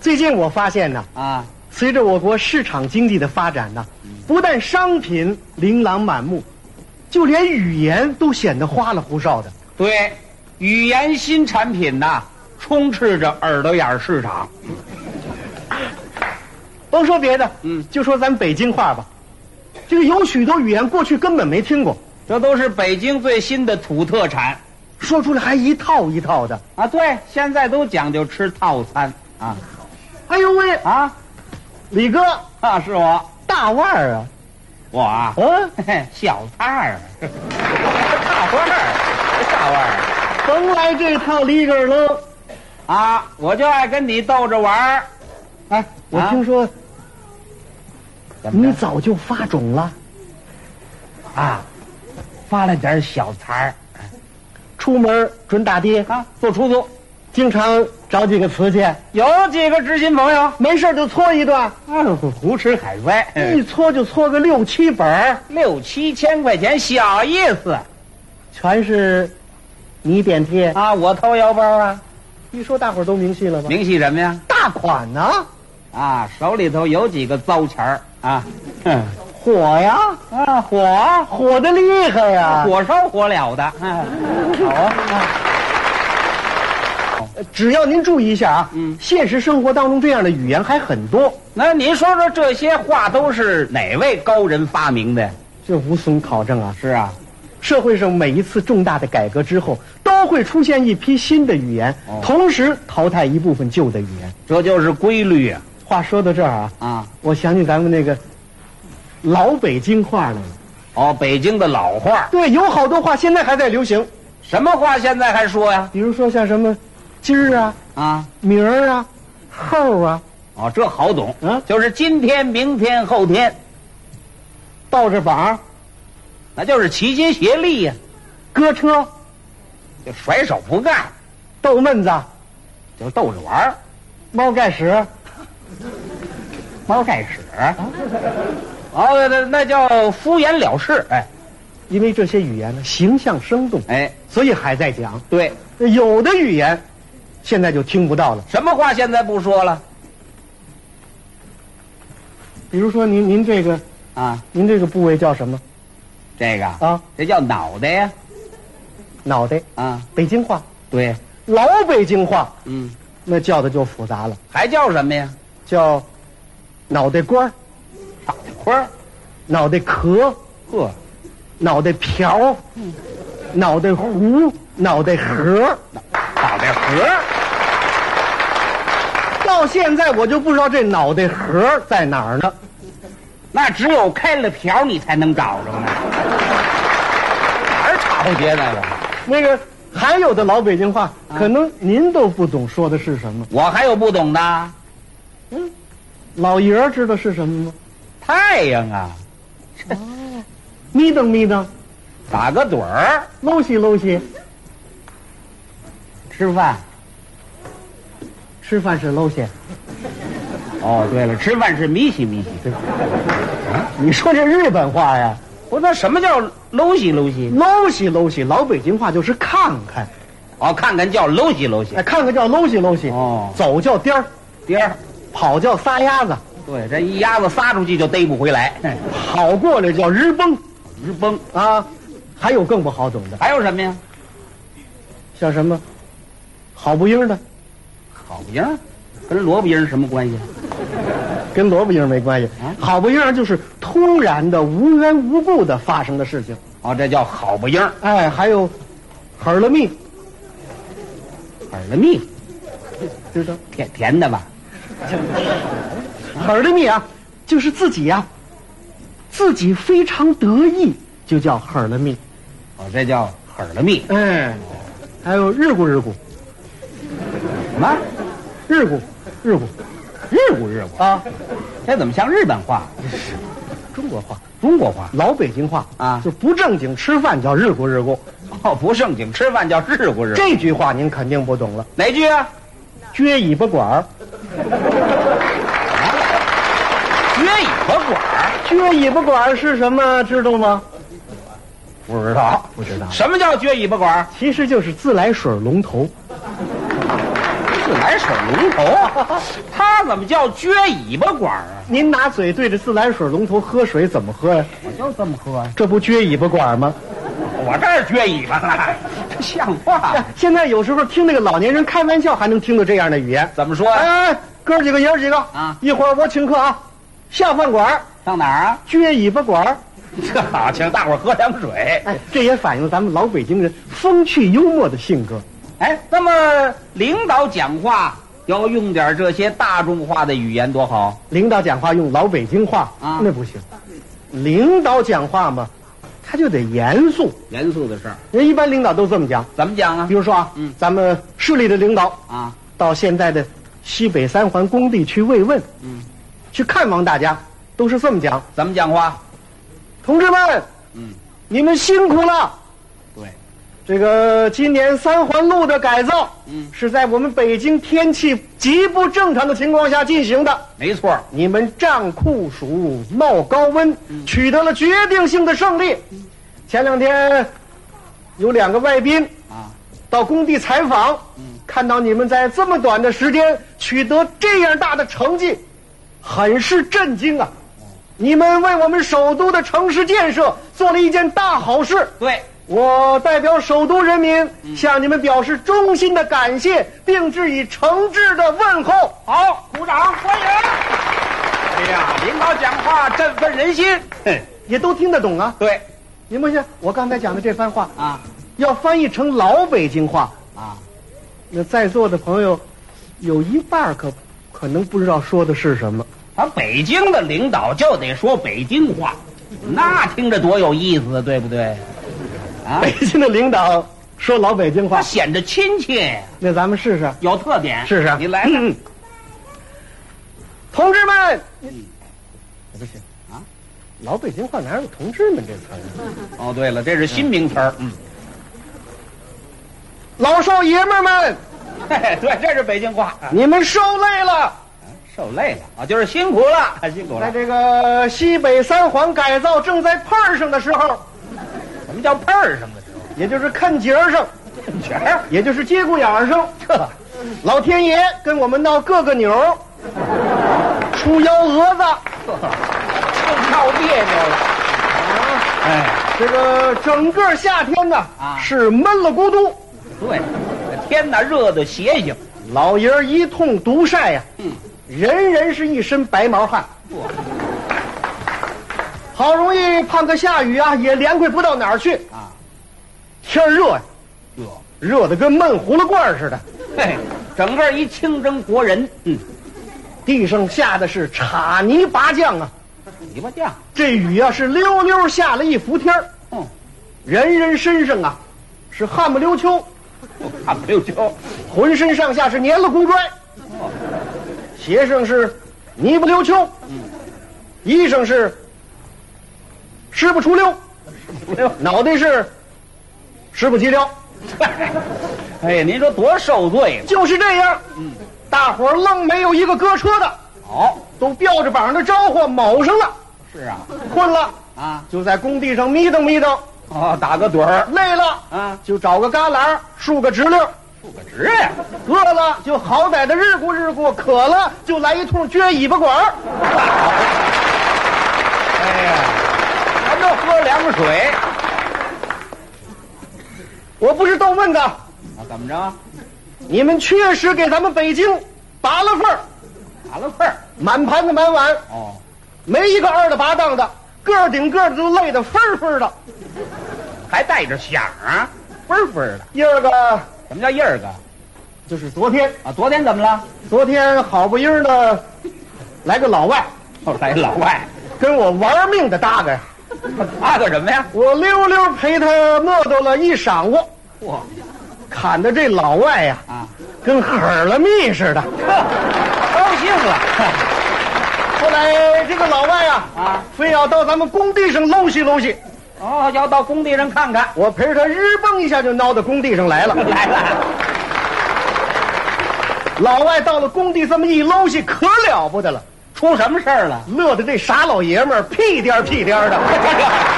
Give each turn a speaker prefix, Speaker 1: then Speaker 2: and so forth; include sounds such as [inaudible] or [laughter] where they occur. Speaker 1: 最近我发现呢，
Speaker 2: 啊，
Speaker 1: 随着我国市场经济的发展呢，不但商品琳琅满目，就连语言都显得花里胡哨的。
Speaker 2: 对，语言新产品呐，充斥着耳朵眼儿市场。
Speaker 1: 甭说别的，
Speaker 2: 嗯
Speaker 1: 就说咱北京话吧，这个有许多语言过去根本没听过，
Speaker 2: 这都是北京最新的土特产
Speaker 1: 说出来还一套一套的。
Speaker 2: 啊！对，现在都讲究吃套餐啊
Speaker 1: 哎呦喂，
Speaker 2: 啊
Speaker 1: 李哥，
Speaker 2: 啊！是我，
Speaker 1: 大腕儿啊，
Speaker 2: 我啊，
Speaker 1: 嗯，
Speaker 2: 嘿嘿小菜儿， [laughs] 大腕儿，大腕儿
Speaker 1: 甭来这套里根儿了。
Speaker 2: 啊！我就爱跟你逗着玩儿。
Speaker 1: 哎，我
Speaker 2: 啊
Speaker 1: 听说
Speaker 2: 怎
Speaker 1: 你
Speaker 2: 么着
Speaker 1: 早就发肿了，
Speaker 2: 啊？发了点小财
Speaker 1: 出门准打的，
Speaker 2: 儿啊，坐出租。
Speaker 1: 经常找几个词去，
Speaker 2: 有几个知心朋友？ [laughs]
Speaker 1: 没事儿就搓一段，
Speaker 2: 嗯，胡吃海塞，
Speaker 1: 一搓就搓个六七本儿，
Speaker 2: 六七千块钱，小意思
Speaker 1: 全是你点贴。
Speaker 2: 啊！我掏腰包啊，
Speaker 1: 一说大伙儿都明细了吧？
Speaker 2: 明细什么呀？
Speaker 1: 大款呢、
Speaker 2: 啊，手里头有几个糟钱儿啊？ [laughs] 哼
Speaker 1: 火呀，
Speaker 2: 啊，火
Speaker 1: 火的厉害呀！
Speaker 2: 火烧火燎的，嗯好啊！
Speaker 1: 只要您注意一下啊，
Speaker 2: 嗯
Speaker 1: 现实生活当中这样的语言还很多，
Speaker 2: 那您说说这些话都是哪位高人发明的？
Speaker 1: 这无从考证啊。
Speaker 2: 是啊，
Speaker 1: 社会上每一次重大的改革之后，都会出现一批新的语言，
Speaker 2: 哦
Speaker 1: 同时淘汰一部分旧的语言。
Speaker 2: 这就是规律啊！
Speaker 1: 话说到这儿啊，
Speaker 2: 啊，
Speaker 1: 我想起咱们那个老北京话来了。
Speaker 2: 哦，北京的老话，
Speaker 1: 对，有好多话现在还在流行，
Speaker 2: 什么话现在还说呀？
Speaker 1: 比如说像什么今儿啊、
Speaker 2: 啊，
Speaker 1: 明儿啊、后儿啊，
Speaker 2: 哦，这好懂，
Speaker 1: 嗯
Speaker 2: 就是今天、明天、后天。
Speaker 1: 倒着膀儿、
Speaker 2: 那就是齐心协力呀、
Speaker 1: 搁车、
Speaker 2: 就甩手不干，
Speaker 1: 逗闷子、
Speaker 2: 就逗着玩儿，
Speaker 1: 猫盖屎。
Speaker 2: 猫盖屎。啊哦，那那叫敷衍了事。哎
Speaker 1: 因为这些语言呢形象生动，
Speaker 2: 哎，
Speaker 1: 所以还在讲。
Speaker 2: 对，
Speaker 1: 有的语言现在就听不到了，
Speaker 2: 什么话现在不说了
Speaker 1: 比如说您您这个
Speaker 2: 啊？
Speaker 1: 您这个部位叫什么
Speaker 2: 这个，
Speaker 1: 啊？
Speaker 2: 这叫脑袋呀
Speaker 1: 脑袋，
Speaker 2: 啊，
Speaker 1: 北京话，
Speaker 2: 对，
Speaker 1: 老北京话，
Speaker 2: 嗯，
Speaker 1: 那叫的就复杂了，
Speaker 2: 还叫什么呀？
Speaker 1: 叫脑袋瓜儿、
Speaker 2: 脑袋花儿，
Speaker 1: 脑袋壳、
Speaker 2: 呵，
Speaker 1: 脑袋瓢、脑袋糊、脑袋盒。
Speaker 2: 脑袋盒儿，
Speaker 1: 到现在我就不知道这脑袋盒在哪儿呢。
Speaker 2: 那只有开了瓢你才能找 [laughs] 着呢，哪儿找去那个？
Speaker 1: 那个还有的老北京话，可能您都不懂说的是什么。
Speaker 2: 我还有不懂的，
Speaker 1: 老爷儿知道是什么吗？
Speaker 2: 太阳啊，
Speaker 1: 眯瞪眯瞪，
Speaker 2: 打个盹儿。
Speaker 1: 搂西搂西，
Speaker 2: 吃饭。
Speaker 1: 吃饭是搂西。
Speaker 2: 哦，对了，吃饭是米西米西。
Speaker 1: 你说这日本话呀，
Speaker 2: 不，那什么叫搂西搂西？
Speaker 1: 搂西搂西，老北京话就是看看，
Speaker 2: 哦，看看叫搂西搂西
Speaker 1: 哎，。看看叫搂西搂西，
Speaker 2: 哦
Speaker 1: 走叫颠儿，
Speaker 2: 第二，
Speaker 1: 跑叫撒丫子，
Speaker 2: 对，这一鸭子撒出去就逮不回来，
Speaker 1: 跑过来叫日崩
Speaker 2: 直崩。
Speaker 1: 啊，还有更不好懂的，
Speaker 2: 还有什么呀？
Speaker 1: 像什么，好不英的，
Speaker 2: 烤鹰儿，跟萝卜缨儿什么关系？
Speaker 1: 跟萝卜缨没关系
Speaker 2: 啊，
Speaker 1: 好不英就是突然的、无缘无故的发生的事情。
Speaker 2: 哦，这叫好不鹰儿，
Speaker 1: 哎，还有，哈儿了蜜，
Speaker 2: 耳朵蜜，
Speaker 1: 知道。
Speaker 2: 甜甜的吧？
Speaker 1: 耳的蜜啊，就是自己呀、自己非常得意，就叫耳的蜜。
Speaker 2: 哦，这叫耳朵蜜。
Speaker 1: 哎，还有日咕日咕，
Speaker 2: 什么？
Speaker 1: 日咕，日咕
Speaker 2: 日古日古，
Speaker 1: 啊，
Speaker 2: 这怎么像日本话、
Speaker 1: 中国话，
Speaker 2: 中国话？
Speaker 1: 老北京话
Speaker 2: 啊
Speaker 1: 就不正经吃饭叫日咕日咕。
Speaker 2: 哦，不正经吃饭叫日古日古。
Speaker 1: 这句话您肯定不懂了，
Speaker 2: 哪句啊？
Speaker 1: 撅尾巴管儿，
Speaker 2: 撅尾巴管儿？
Speaker 1: 撅尾巴管儿是什么？知道吗？
Speaker 2: 不知道，
Speaker 1: 不知道
Speaker 2: 什么叫撅尾巴管儿？
Speaker 1: 其实就是自来水龙头。
Speaker 2: 自来水龙头，它怎么叫撅尾巴管啊？
Speaker 1: 您拿嘴对着自来水龙头喝水怎么喝呀？
Speaker 2: 我就这么喝呀、啊
Speaker 1: 这不撅尾巴管吗？
Speaker 2: 我这儿撅尾巴了，这像话吗？
Speaker 1: 现在有时候听那个老年人开玩笑，还能听到这样的语言。
Speaker 2: 怎么说啊呀、
Speaker 1: 哎，哎哥几个爷儿几个
Speaker 2: 啊
Speaker 1: 一会儿我请客啊，下饭馆儿
Speaker 2: 上哪儿啊？
Speaker 1: 撅尾巴馆儿。
Speaker 2: [laughs] 这好，请大伙儿喝凉水。
Speaker 1: 哎，这也反映了咱们老北京人风趣幽默的性格。
Speaker 2: 哎，那么领导讲话要用点这些大众化的语言多好。
Speaker 1: 领导讲话用老北京话
Speaker 2: 啊
Speaker 1: 那不行。领导讲话嘛，他就得严肃。
Speaker 2: 严肃的事儿
Speaker 1: 人一般领导都这么讲，
Speaker 2: 怎么讲啊
Speaker 1: 比？如说啊，
Speaker 2: 嗯
Speaker 1: 咱们市里的领导
Speaker 2: 啊，
Speaker 1: 到现在的西北三环工地去慰问，
Speaker 2: 嗯，
Speaker 1: 去看望大家，都是这么讲。
Speaker 2: 怎么讲话？
Speaker 1: 同志们，
Speaker 2: 嗯，
Speaker 1: 你们辛苦了。
Speaker 2: 对，
Speaker 1: 这个今年三环路的改造，
Speaker 2: 嗯
Speaker 1: 是在我们北京天气极不正常的情况下进行的。
Speaker 2: 没错儿。
Speaker 1: 你们战酷暑、冒高温，
Speaker 2: 嗯
Speaker 1: 取得了决定性的胜利。前两天有两个外宾
Speaker 2: 啊，
Speaker 1: 到工地采访，看到你们在这么短的时间取得这样大的成绩，很是震惊啊！你们为我们首都的城市建设做了一件大好事。
Speaker 2: 对，
Speaker 1: 我代表首都人民向你们表示衷心的感谢，并致以诚挚的问候。
Speaker 2: 好，鼓掌欢迎。哎呀，领导讲话振奋人心。哼，
Speaker 1: 也都听得懂啊。
Speaker 2: 对
Speaker 1: 您不信，我刚才讲的这番话
Speaker 2: 啊
Speaker 1: 要翻译成老北京话，
Speaker 2: 啊，
Speaker 1: 那在座的朋友有一半儿可可能不知道说的是什么。
Speaker 2: 咱北京的领导就得说北京 [laughs] 话，那听着多有意思，对不对？啊
Speaker 1: 北，京的领导说老北京
Speaker 2: 他
Speaker 1: 话，
Speaker 2: 显着亲切，
Speaker 1: 那咱们试试，
Speaker 2: 有特点。
Speaker 1: 试试。
Speaker 2: 你来了。
Speaker 1: 嗯同志们，嗯哎不行
Speaker 2: 啊，
Speaker 1: 老北京话哪有“同志们”这词儿啊？
Speaker 2: 哦，对了，这是新名词儿。嗯，
Speaker 1: 老少爷们儿们，
Speaker 2: 嗯嘿嘿对，这是北京话。啊
Speaker 1: 你们受累了。
Speaker 2: 受累了啊，就是辛苦了，啊辛苦
Speaker 1: 在
Speaker 2: 了。
Speaker 1: 这个西北三环改造正在碰儿上的时候，
Speaker 2: 什么叫辈儿什么的时候？
Speaker 1: 也就是看节儿上，
Speaker 2: 全儿
Speaker 1: 也就是节骨眼儿上，这老天爷跟我们闹各个钮儿，出幺蛾子，
Speaker 2: 更闹别扭了。哎，
Speaker 1: 这个整个夏天呢、
Speaker 2: 啊
Speaker 1: 是闷了咕嘟，
Speaker 2: 对，天哪，热的邪性。
Speaker 1: 老爷儿一通毒晒呀、
Speaker 2: 嗯，
Speaker 1: 人人是一身白毛汗。
Speaker 2: 哇
Speaker 1: 好容易盼个下雨啊，也凉快不到哪儿去。
Speaker 2: 啊，
Speaker 1: 天儿热呀、
Speaker 2: 哟，
Speaker 1: 热得跟闷葫芦罐儿似的，
Speaker 2: 嘿，整个一清蒸活人。嗯，
Speaker 1: 地上下的是叉泥拔将啊。
Speaker 2: 泥巴酱。
Speaker 1: 这雨啊是溜溜下了一伏天儿，
Speaker 2: 嗯，
Speaker 1: 人人身上啊是汗不溜秋，
Speaker 2: 我看不溜秋。
Speaker 1: 浑身上下是黏了咕拽，鞋上是泥不溜秋，衣裳是湿不出溜，脑袋是湿不及溜，
Speaker 2: [laughs] 哎呀，您说多受罪了。
Speaker 1: 就是这样。大伙儿愣没有一个搁车的，
Speaker 2: 好，
Speaker 1: 都吊着膀的招呼卯上了，
Speaker 2: 哦是啊，
Speaker 1: 困了
Speaker 2: 啊，
Speaker 1: 就在工地上眯瞪眯瞪，
Speaker 2: 哦，打个盹儿
Speaker 1: 累了
Speaker 2: 啊，
Speaker 1: 就找个旮旯竖个直溜。
Speaker 2: 不可值呀。
Speaker 1: 饿了就好歹的日咕日咕，渴了就来一通撅尾巴管儿。
Speaker 2: 哎呀，咱就喝凉水。
Speaker 1: 我不是逗闷子，
Speaker 2: 啊，怎么着？
Speaker 1: 你们确实给咱们北京拔了份儿，
Speaker 2: 打了份儿。
Speaker 1: 满盘子满碗，
Speaker 2: 哦，
Speaker 1: 没一个二的八当的，个儿顶个儿的都累得分儿分儿的。
Speaker 2: 还带着响啊，分儿分儿的。
Speaker 1: 第二个
Speaker 2: 什么叫印儿个？
Speaker 1: 就是昨天，
Speaker 2: 啊，昨天怎么了？
Speaker 1: 昨天好不阴的来个老外，
Speaker 2: 后来老外，
Speaker 1: 跟我玩命的搭个呀，
Speaker 2: 他个什么呀？
Speaker 1: 我溜溜陪他磨叨了一晌午，
Speaker 2: 嚯
Speaker 1: 砍的这老外呀、
Speaker 2: 啊，
Speaker 1: 跟狠儿了蜜似的。
Speaker 2: 呵 [laughs] 高兴了
Speaker 1: 后来这个老外啊，
Speaker 2: [laughs] 啊！
Speaker 1: 非要到咱们工地上搂西搂西，
Speaker 2: 哦，要到工地上看看。
Speaker 1: 我陪着他日蹦一下就挠到工地上来了。
Speaker 2: [laughs] 来了，
Speaker 1: 老外到了工地这么一搂西，可了不得了，
Speaker 2: [laughs] 出什么事儿了？
Speaker 1: 乐的这傻老爷们儿屁颠儿屁颠儿的。